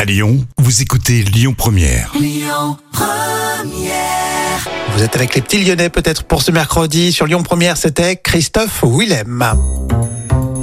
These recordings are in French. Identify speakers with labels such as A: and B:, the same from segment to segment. A: À Lyon, vous écoutez Lyon Première.
B: Vous êtes avec les petits Lyonnais peut-être pour ce mercredi sur Lyon Première, c'était Christophe Willem.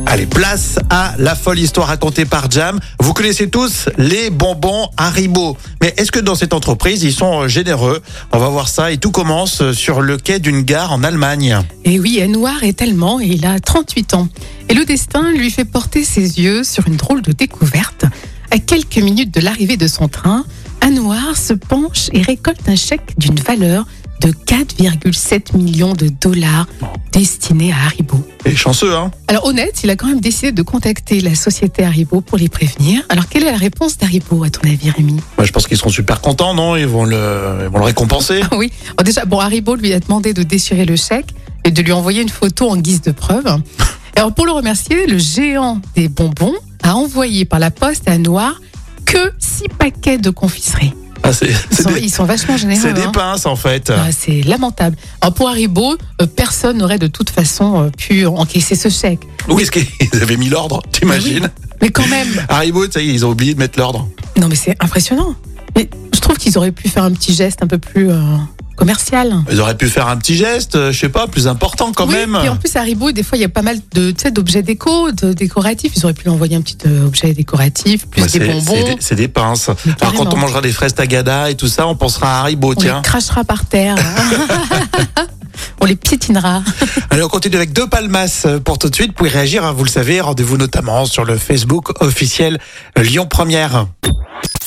B: Allez, place à la folle histoire racontée par Jam. Vous connaissez tous les bonbons Haribo. Mais est-ce que dans cette entreprise, ils sont généreux On va voir ça et tout commence sur le quai d'une gare en Allemagne.
C: Et oui, Noir est allemand et il a 38 ans. Et le destin lui fait porter ses yeux sur une drôle de découverte. À quelques minutes de l'arrivée de son train, Anouar se penche et récolte un chèque d'une valeur de 4,7 millions de dollars destiné à Haribo.
B: Et chanceux, hein
C: Alors honnête, il a quand même décidé de contacter la société Haribo pour les prévenir. Alors quelle est la réponse d'Haribo à ton avis, Rémi
B: Moi, Je pense qu'ils seront super contents, non ils vont, le, ils vont le récompenser.
C: Oui. Alors déjà, bon, Haribo lui a demandé de déchirer le chèque et de lui envoyer une photo en guise de preuve. Alors pour le remercier, le géant des bonbons a envoyé par la poste à Noir que six paquets de confiseries.
B: Ah, c'est
C: Ils
B: c'est
C: sont,
B: des,
C: ils sont vachement généreux.
B: c'est des
C: hein.
B: pinces en fait.
C: Ah, c'est lamentable. Alors pour Haribo, euh, personne n'aurait de toute façon euh, pu encaisser ce chèque.
B: Oui, est-ce qu'ils avaient mis l'ordre, t'imagines
C: Mais quand même,
B: Haribo, tu sais, ils ont oublié de mettre l'ordre.
C: non mais c'est impressionnant. Mais je trouve qu'ils auraient pu faire un petit geste un peu plus euh, commercial.
B: Ils auraient pu faire un petit geste, euh, je sais pas, plus important quand
C: oui,
B: même.
C: Et en plus, à Haribo, des fois, il y a pas mal de tu sais, d'objets déco, de décoratifs. Ils auraient pu lui envoyer un petit euh, objet décoratif, plus
B: Ouais,
C: des
B: c'est-
C: bonbons.
B: c'est des- C'est des, pinces.
C: Mais
B: Alors
C: carrément.
B: quand on mangera des fraises tagada et tout ça, on pensera à Haribo,
C: On
B: tiens.
C: les crachera par terre. On les piétinera.
B: Allez, on continue avec deux palmas euh, pour tout de suite. Vous pouvez réagir, hein, vous le savez. Rendez-vous notamment sur le Facebook officiel euh, Lyon Première.